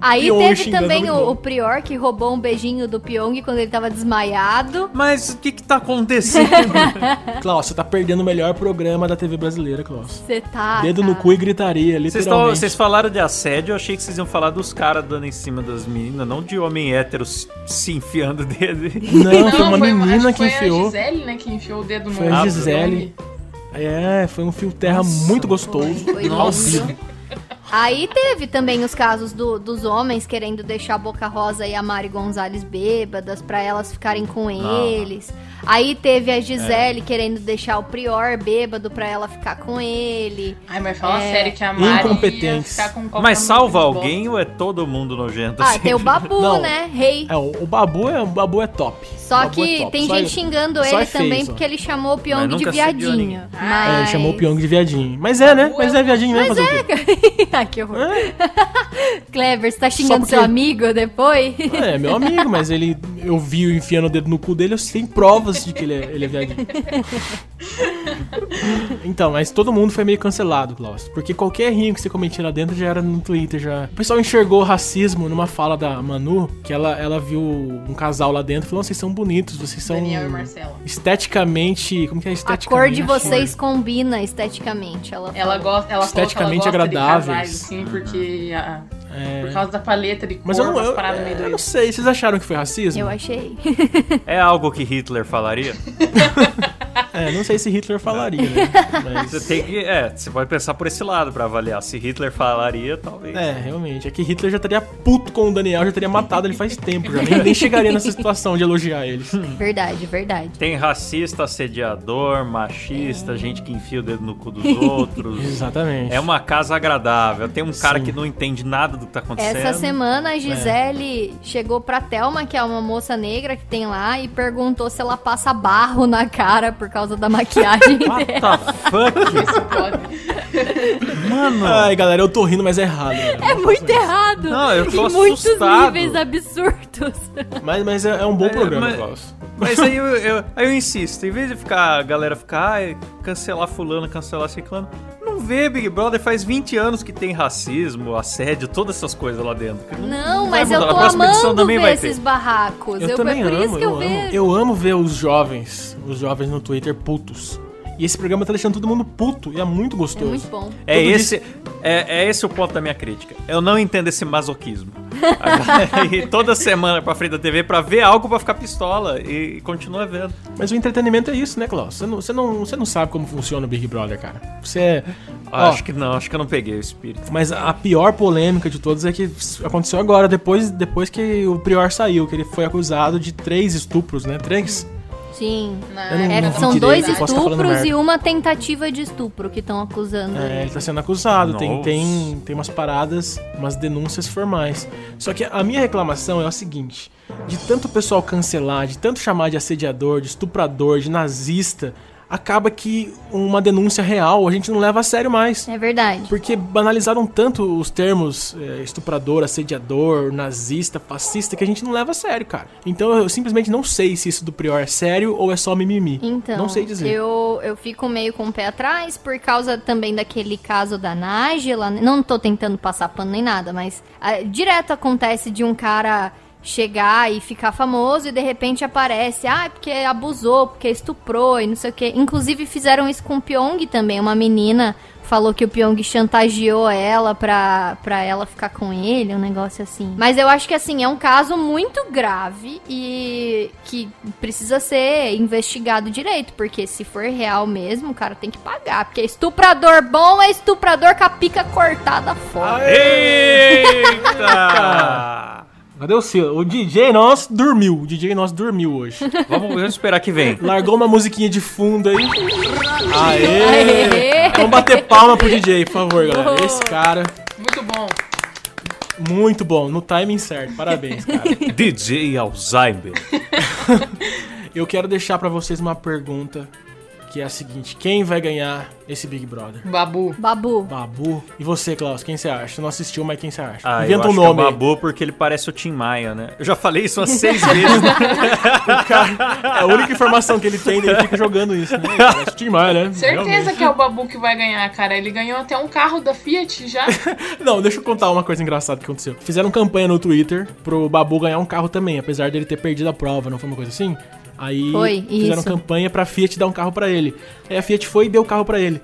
D: Aí
B: Pyong
D: teve
B: xingando
D: também
B: muito bom.
D: o, o Prior que roubou um beijinho do Pyong quando ele tava desmaiado.
A: Mas o que que tá acontecendo?
B: <laughs> Klaus, você tá perdendo o melhor programa da TV brasileira, Klaus.
D: Você tá.
B: Dedo no
D: cara.
B: cu e gritaria,
A: Vocês, tão-
B: literalmente.
A: vocês falaram de assédio, eu achei que vocês iam falar dos caras dando em cima das meninas, não de homem hétero se se enfiando dele.
B: Não, foi uma
C: acho
B: menina
C: que
B: que
C: Foi a
B: enfiou.
C: Gisele, né, que enfiou o dedo no
B: Foi a
C: olho.
B: Gisele. É, foi um fio terra
A: Nossa.
B: muito gostoso.
D: Foi, foi
B: Nossa.
D: lindo. Aí teve também os casos do- dos homens querendo deixar a Boca Rosa e a Mari Gonzalez bêbadas pra elas ficarem com
B: Ah.
D: eles. Aí teve a
B: É.
D: Gisele querendo deixar o Prior bêbado pra ela ficar com ele.
C: Ai, mas fala
D: É.
C: sério que a Mari ia
B: Incompetentes.
C: ficar com qualquer
A: Mas
C: um
A: salva
C: de
A: alguém ou é todo mundo nojento
D: Ah,
A: assim?
D: tem
A: <laughs>
D: o Babu,
B: Tá Não.
D: né? Rei.
B: É, o o Babu é, o Babu é top. O
D: Só
B: Babu é
D: que
B: top.
D: tem
B: Só
D: gente
B: ele-
D: xingando
B: só
D: ele
B: é feio,
D: também
B: só.
D: porque ele chamou o
A: Mas
D: Pyong de
A: nunca assediou
D: viadinho.
A: ninguém.
C: Ah,
B: É, ele
D: Mas-
B: chamou o Pyong de viadinho. Mas é, né?
C: Babu
B: Mas
C: é
B: é viadinho, né?
D: Mas
B: Fazer o quê? É.
D: <laughs> Ah, que horror. Kleber, você tá xingando
B: porque-
D: seu amigo depois?
B: É, meu amigo, mas ele. Eu vi eu enfiando o dedo no cu dele, eu tenho provas de que ele é, ele é viadinho. Então, mas todo mundo foi meio cancelado, Klaus. Porque qualquer rinho que você cometia lá dentro já era no Twitter já. O pessoal enxergou o racismo numa fala da Manu, que ela, ela viu um casal lá dentro e falou: "Não, vocês são bonitos, vocês são.
C: Daniel e Marcela.
B: esteticamente. Como que é
D: A
B: esteticamente?
D: cor
A: né?
D: de vocês combina esteticamente. Ela,
C: Ela
D: falou.
C: gosta, ela
B: Esteticamente
C: falou que ela gosta
B: agradáveis.
C: de casais, assim, porque a-
B: É.
C: por causa da paleta de cor,
B: Mas eu não,
C: umas
B: eu, é,
C: paradas meio
B: eu não
C: doidas.
B: sei, <laughs> vocês acharam que foi racismo?
D: Eu achei.
A: É algo que Hitler falaria?
B: É, não sei se Hitler falaria, né? Mas-
A: Você tem que. É, você pode pensar por esse lado pra avaliar. Se Hitler falaria, talvez.
B: É, realmente. É que Hitler já estaria puto com o Daniel, já teria matado ele faz tempo, já nem, nem chegaria
D: <laughs>
B: nessa situação de elogiar ele.
D: Verdade, verdade.
A: Tem racista, assediador, machista, gente que enfia o dedo no cu dos outros.
B: Exatamente.
A: É uma casa agradável. Tem um cara
B: Sim.
A: que não entende nada do que tá acontecendo.
D: Essa semana a
A: é.
D: Gisele chegou pra Thelma, que é uma moça negra que tem lá, e perguntou se ela passa barro na cara por causa da maquiagem
A: <laughs> What
D: <laughs> dela.
A: the
C: Isso pode.
A: fuck, mano?
B: Ai, galera, eu tô rindo, mas é errado. né?
D: É muito errado.
A: Não, eu tô
D: em muitos
A: assustado.
D: níveis absurdos.
B: Mas, mas é, é um bom
A: É,
B: programa,
A: mas-
B: Klaus.
A: Mas aí eu, eu- aí eu insisto, em vez de ficar a galera ficar, ai, cancelar fulano, cancelar ciclano, não vê Big Brother, faz 20 anos que tem racismo, assédio, todas essas coisas lá dentro. que não-
D: Não,
A: vai
D: mas eu
A: mudar.
D: tô
A: A próxima edição
D: amando
A: também
D: ver
A: vai
D: esses
A: ter.
D: barracos.
B: Eu também
D: é por
B: amo,
D: isso que
B: eu,
D: eu,
B: amo.
D: vejo.
B: Eu amo ver os jovens, os jovens no Twitter putos. E esse programa tá deixando todo mundo puto e é muito
D: É muito
B: gostoso.
D: bom.
A: É
B: Todo
A: esse, é, é esse o ponto da minha crítica. Eu não entendo esse masoquismo. A <laughs> galera ir toda semana pra frente da TV pra ver algo pra ficar pistola e, e continua vendo.
B: Mas o entretenimento é isso, né, Klaus? Você não, você, não, você não sabe como funciona o Big Brother, cara. Você é. Ó,
A: Acho que não, acho que eu não peguei o espírito.
B: Mas a pior polêmica de todas é que aconteceu agora, depois, depois que o Prior saiu, que ele foi acusado de três estupros, né? Três?
D: Sim.
C: Na
B: Eu não-
D: É,
C: época
B: não
C: da
D: são
B: direito,
D: dois
B: eu posso tá falando
D: estupros
B: merda.
D: e uma tentativa de estupro que estão acusando.
B: É,
D: ele.
B: ele tá sendo acusado, tem,
A: Nossa.
B: tem, tem umas paradas, umas denúncias formais. Só que a minha reclamação é a seguinte: de tanto o pessoal cancelar, de tanto chamar de assediador, de estuprador, de nazista, acaba que uma denúncia real a gente não leva a sério mais.
D: É verdade.
B: Porque banalizaram tanto os termos é, estuprador, assediador, nazista, fascista, que a gente não leva a sério, cara. Então eu simplesmente não sei se isso do Prior é sério ou é só mimimi.
D: Então,
B: não sei dizer.
D: Eu, eu fico meio com o pé atrás por causa também daquele caso da Nájila. né? Não tô tentando passar pano nem nada, mas ah, direto acontece de um cara chegar e ficar famoso e de repente aparece, ah, é porque abusou, porque estuprou e não sei o quê. Inclusive fizeram isso com o Pyong também, uma menina falou que o Pyong chantageou ela pra, pra ela ficar com ele, um negócio assim. Mas eu acho que, assim, é um caso muito grave e que precisa ser investigado direito, porque se for real mesmo, o cara tem que pagar. Porque é estuprador bom é estuprador com a pica cortada fora.
A: Eita!
B: <laughs> Cadê o Sila? O DJ nosso dormiu. O DJ nosso dormiu hoje.
A: vamos, vamos esperar que vem.
B: <laughs> Largou uma musiquinha de fundo aí. Aê!
D: Aê!
B: Vamos bater palma pro DJ, por favor, galera. Esse cara,
C: Muito bom.
B: muito bom. No timing certo. Parabéns,
D: <laughs>
B: cara.
A: DJ Alzheimer.
B: Eu quero deixar pra vocês uma pergunta, que é a seguinte. Quem vai ganhar esse Big Brother?
C: Babu.
D: Babu.
B: Babu. E você, Klaus, quem você acha? Você não assistiu, mas quem você acha?
A: Ah,
B: Inventa
A: eu
B: um
A: acho
B: nome.
A: Que
B: <laughs>
A: é Babu porque ele parece o Tim Maia, né? Eu já falei isso umas seis <laughs> vezes. né?
B: É a única informação que ele tem, ele fica jogando
A: <laughs>
B: isso, né? Parece Tim Maia, né?
C: Certeza
B: Realmente.
C: que é o Babu que vai ganhar, cara. Ele ganhou até um carro da Fiat já.
B: Não, deixa eu contar uma coisa engraçada que aconteceu. Fizeram campanha no Twitter pro Babu ganhar um carro também, apesar dele ter perdido a prova, não foi uma coisa assim? Aí
D: Foi,
B: fizeram
D: isso.
B: campanha pra Fiat dar um carro pra ele. Aí a Fiat foi e deu o carro pra ele.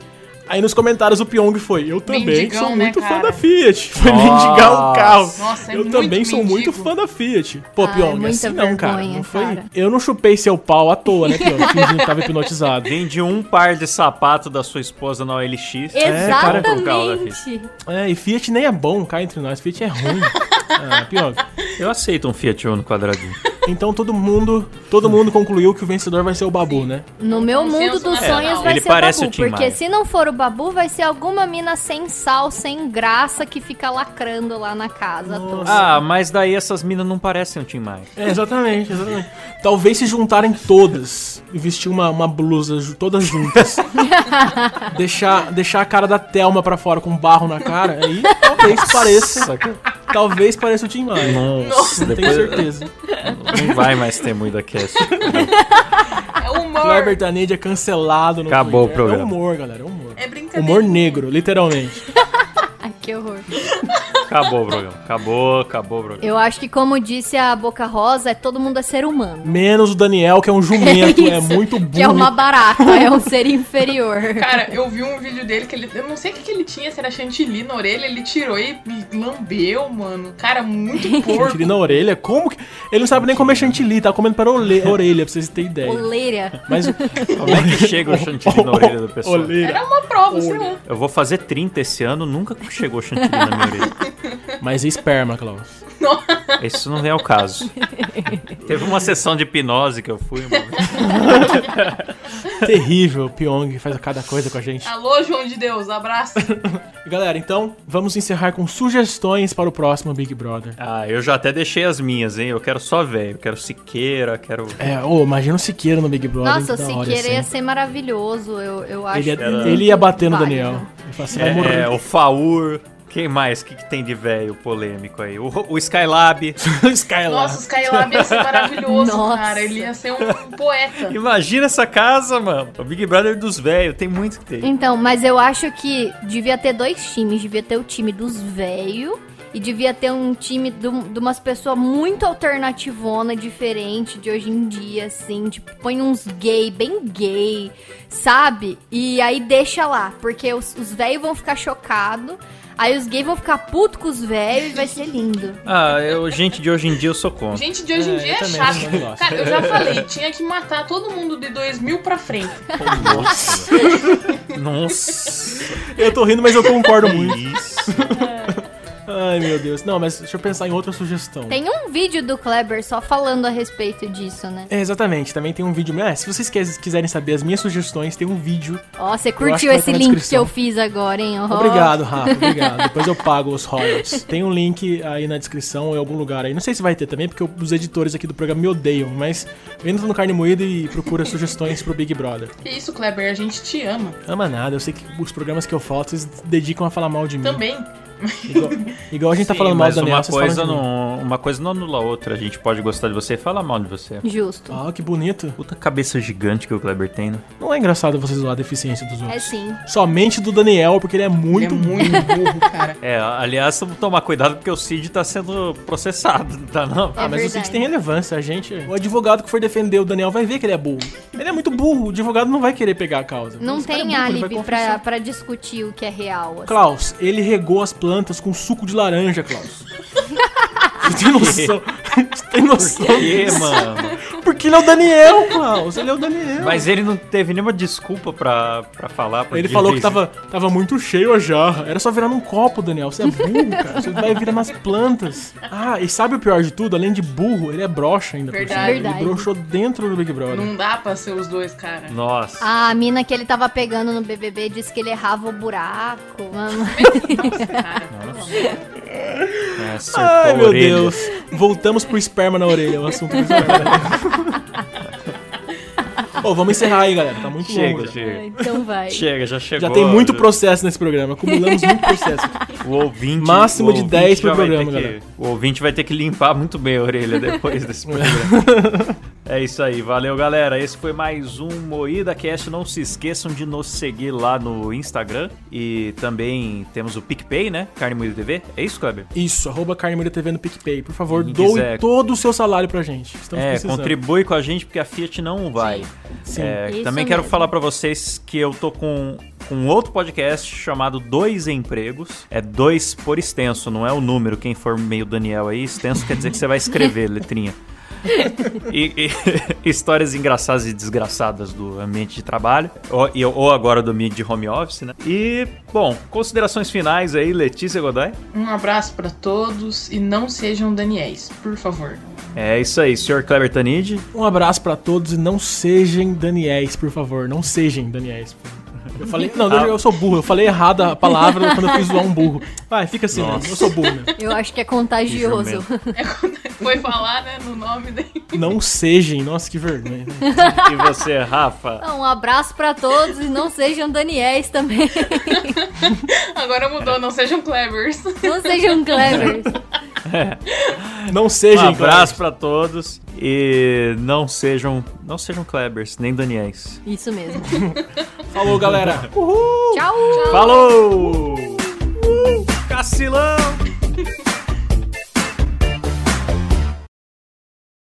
B: Aí nos comentários o Pyong foi, eu também
C: Mendigão,
B: sou
C: né,
B: muito fã
C: cara?
B: da Fiat. Foi
A: Nossa. Ah.
B: mendigar um carro.
C: Nossa,
D: Tá
C: é
B: eu
C: muito
B: também sou muito
C: mendigo.
B: fã da Fiat. Pô,
D: Ah, é
B: Pyong,
D: muita
B: assim não, cara.
D: vergonha,
B: Não foi...
D: cara.
B: Eu não chupei seu pau à toa, né, Pyong? Fingindo que tava
D: <laughs>
B: hipnotizado.
A: Vende um par de sapato da sua esposa na OLX.
B: cara,
A: É, com o carro da Fiat.
D: Exatamente.
B: É, e Fiat nem é bom, cá entre nós. Fiat é ruim. Ah, Pyong...
A: Eu aceito um Fiat Uno quadradinho.
B: Então todo mundo, todo mundo concluiu que o vencedor vai ser o Babu, né?
D: No meu mundo
C: Consenso
D: dos
C: nacional.
B: É,
D: sonhos vai
A: Ele
D: ser
A: parece
D: o
A: o
D: Babu,
A: Tim
D: porque
A: Maia.
D: se não for o Babu, vai ser alguma mina sem sal, sem graça, que fica lacrando lá na casa. à toa.
A: Ah, mas daí essas minas não parecem o Tim Maia.
B: É, exatamente, exatamente. Talvez se juntarem todas e vestir uma, uma blusa ju- todas
D: <laughs>
B: juntas. deixar, deixar a cara da Thelma pra fora com um barro na cara, aí talvez pareça. Talvez pareça o Tim Maia.
A: Nossa,
B: Não tenho certeza.
A: não vai mais ter muito cast.
C: É humor.
B: Kleber Tanid é cancelado no
A: Acabou
B: Twitter.
A: o
B: É
A: programa.
B: humor, galera, é humor.
C: É brincadeira.
B: Humor negro, literalmente.
D: Ai, que horror.
A: Acabou o programa. Acabou, acabou o programa.
D: Eu acho que, como disse a Boca Rosa, é todo mundo é ser humano.
B: Menos o Daniel, que é um
D: <laughs>
B: jumento, é,
D: isso.
B: muito burro.
D: Que é uma barata, é um
B: <laughs>
D: ser inferior.
C: Cara, eu vi um vídeo dele que ele. Eu não sei o que, que ele tinha, se era chantilly na orelha, ele tirou e lambeu, mano.
B: <laughs>
C: Cara, muito porco.
B: Chantilly na orelha? Como que. Ele não sabe nem comer chantilly, tá comendo para ole- orelha, pra vocês terem ideia.
D: Oleira.
B: Mas
A: Como é que chega o chantilly na orelha da pessoa?
B: oleira.
C: Era É uma prova, sei lá.
A: Eu vou fazer 30 esse ano, nunca chegou chantilly na minha orelha.
B: Mas e esperma, Klaus?
A: Isso não é o <laughs> caso. Teve uma sessão de hipnose que eu fui, mano.
B: Terrível, o Pyong faz cada coisa com a gente.
D: Ah.
C: Alô, João de Deus,
B: <laughs>
C: abraço.
B: Galera, então vamos encerrar com sugestões para o próximo Big Brother.
A: Ah, eu já até deixei as minhas, hein? Eu quero só velho, eu quero Siqueira, quero.
B: É, ô, imagina o Siqueira no Big Brother.
D: Nossa, o
B: que é da hora,
D: Siqueira ia
B: assim.
D: ser maravilhoso, eu, eu acho.
B: ele
A: Era-
B: ia, ele ia bater no
D: válido.
B: Daniel. Ele fala, "Você vai morrer."
A: É, é, o Faur. Quem mais? O que, que tem de velho polêmico aí? O, o <laughs> Skylab.
B: Skylar.
C: Nossa, os Skylab ia ser maravilhoso,
D: Nossa.
C: cara. Ele ia ser um poeta.
A: Imagina essa casa, mano. O Big Brother dos velhos. Tem muito que tem.
D: Então, mas eu acho que devia ter dois times. Devia ter o time dos velho e devia ter um time de, um- de umas pessoas muito alternativona, diferente de hoje em dia, assim. Tipo, põe uns gay, bem gay, sabe? E aí deixa lá, porque os, os velhos vão ficar chocados. Aí os gays vão ficar putos com os velhos e vai ser lindo.
A: Ah, eu, gente de hoje em dia eu sou contra.
C: Gente de hoje em
B: É,
C: dia
B: eu
C: é
B: também, eu não
C: chato.
B: gosto.
C: Cara, eu já falei, tinha que matar todo mundo de 2000 pra frente.
A: Nossa. Nossa.
B: <laughs> Eu tô rindo, mas eu concordo
A: <laughs>
B: muito.
A: Isso.
B: Ai, meu Deus. Não, mas deixa eu pensar em outra sugestão.
D: Tem um vídeo do Kleber só falando a respeito disso, né?
B: É, exatamente, também tem um vídeo. meu. É, se vocês quis- quiserem saber as minhas sugestões, tem um vídeo.
D: Ó, você
B: acho que
D: curtiu
B: vai
D: esse
B: estar na
D: link que
B: descrição.
D: eu fiz agora, hein? Ó.
B: Obrigado,
C: <laughs>
B: Rafa, obrigado. Depois eu pago os royalties. Tem um link aí na descrição, em algum lugar aí. Não sei se vai ter também, porque os editores aqui do programa me odeiam, mas entra no Carne Moída e procura sugestões pro Big Brother.
C: Que isso, Kleber, a gente te ama.
B: Ama nada, eu sei que os programas que eu falo, vocês dedicam a falar mal de mim.
C: Também.
B: Igual, igual a gente tá
A: Sim,
B: falando mal
A: mas
B: do Daniel,
A: uma
B: vocês falam
A: coisa,
B: de mim.
A: não, uma coisa não anula a outra. A gente pode gostar de você e falar mal de você.
D: Justo.
B: Ah, que bonito.
A: Puta cabeça gigante que o Kleber tem, né?
B: Não é engraçado vocês zoar a deficiência dos
D: É
B: outros.
D: sim.
B: Somente do Daniel, porque ele é muito
C: Ele é muito burro, cara.
A: É, aliás, vamos tomar cuidado porque o Cid tá sendo processado, não tá não?
D: É
B: Ah, mas eu sei
D: verdade.
B: que isso tem relevância, a gente. O advogado que for defender o Daniel vai ver que ele é burro. Ele é muito burro, o advogado não vai querer pegar a causa.
D: Não
B: Esse cara é
D: tem
B: burro, ele vai
D: álibi pra,
B: confessar.
D: pra discutir o que é real. assim.
B: Klaus, ele regou as plantas com suco de laranja, Klaus. <laughs> Você tem noção? Você tem noção?
A: Que, mano?
B: Porque ele é o Daniel, Klaus. Ele é o Daniel.
A: Mas ele não teve nenhuma desculpa pra, pra falar. porque
B: ele falou
A: fez-
B: que tava, tava muito cheio a jarra. Era só virar num copo, Daniel. Você é
C: <laughs>
B: burro, cara. Você vai virar nas plantas. Ah, e sabe o pior de tudo? Além de burro, ele é broxa ainda. por cima.
C: Verdade.
B: Ele broxou dentro do Big Brother.
C: Não dá pra ser os dois, cara.
A: Nossa.
D: A mina que ele tava pegando no BBB disse que ele errava o
B: <laughs>
D: buraco. Mano, <laughs>
C: Nossa, cara. pelo amor.
A: é, acertou
B: Ai,
A: a
B: meu
A: orelha.
B: Deus. Voltamos pro esperma na orelha, é o assunto do esperma na orelha.
C: <laughs>
B: Ô, vamos encerrar aí, galera. Tá muito
A: Chega,
B: longo. já.
A: chega.
D: então vai.
A: Chega, já chegou.
B: Já tem muito
A: já-
B: processo nesse programa. Acumulamos muito processo.
A: O ouvinte.
B: Máximo
A: o
B: de
A: ouvinte
B: 10 pro
A: já vai ter
B: programa,
A: que-
B: galera.
A: O ouvinte vai ter que limpar muito bem a orelha depois
B: <laughs>
A: desse programa. É isso aí, valeu galera. Esse foi mais um Moída Cast. Não se esqueçam de nos seguir lá no Instagram. E também temos o PicPay, né? Carne Moída TV. É isso, Kleber?
B: Isso, arroba Carne Moída TV no PicPay. Por favor,
A: Quem
B: doe
A: quiser-
B: todo o seu salário pra gente. Estamos
A: é,
B: precisando.
A: contribui com a gente porque a Fiat não vai.
B: Sim.
A: É,
D: Isso
A: também quero
D: mesmo.
A: falar pra vocês que eu tô com, com outro podcast chamado Dois Empregos. É dois por extenso, não é o número. Quem for meio Daniel aí, extenso quer dizer que você vai
D: <laughs>
A: escrever, letrinha. E, e <laughs> histórias engraçadas e desgraçadas do ambiente de trabalho, ou, e- ou agora do ambiente de home office, né? E, bom, considerações finais aí, Letícia Godoy.
C: Um abraço pra todos e não sejam Daniéis, por favor.
A: É isso aí, senhor Kleber Tanid.
B: Um abraço pra todos e não sejam Daniéis, por favor. Não sejam Daniéis. Eu falei. Não, eu, eu sou burro. Eu falei errado a palavra quando eu fiz zoar um burro. Vai, fica assim,
A: Nossa.
B: mesmo. eu sou burro mesmo.
D: Eu acho que é contagioso.
C: É quando foi falar, né, no nome dele.
B: Não sejam, nossa, que vergonha. né?
A: E você, <laughs> Rafa?
D: Um abraço pra todos e não sejam Daniéis também. <laughs>
C: Agora mudou, não sejam Clevers.
B: <laughs>
D: Não sejam
B: É.
D: Clevers.
B: Não sejam,
A: um abraço pra todos e não sejam não sejam Klebers nem Daniels.
D: Isso mesmo.
B: Uh! Falou, galera.
D: Tchau!
A: Falou! Cacilão!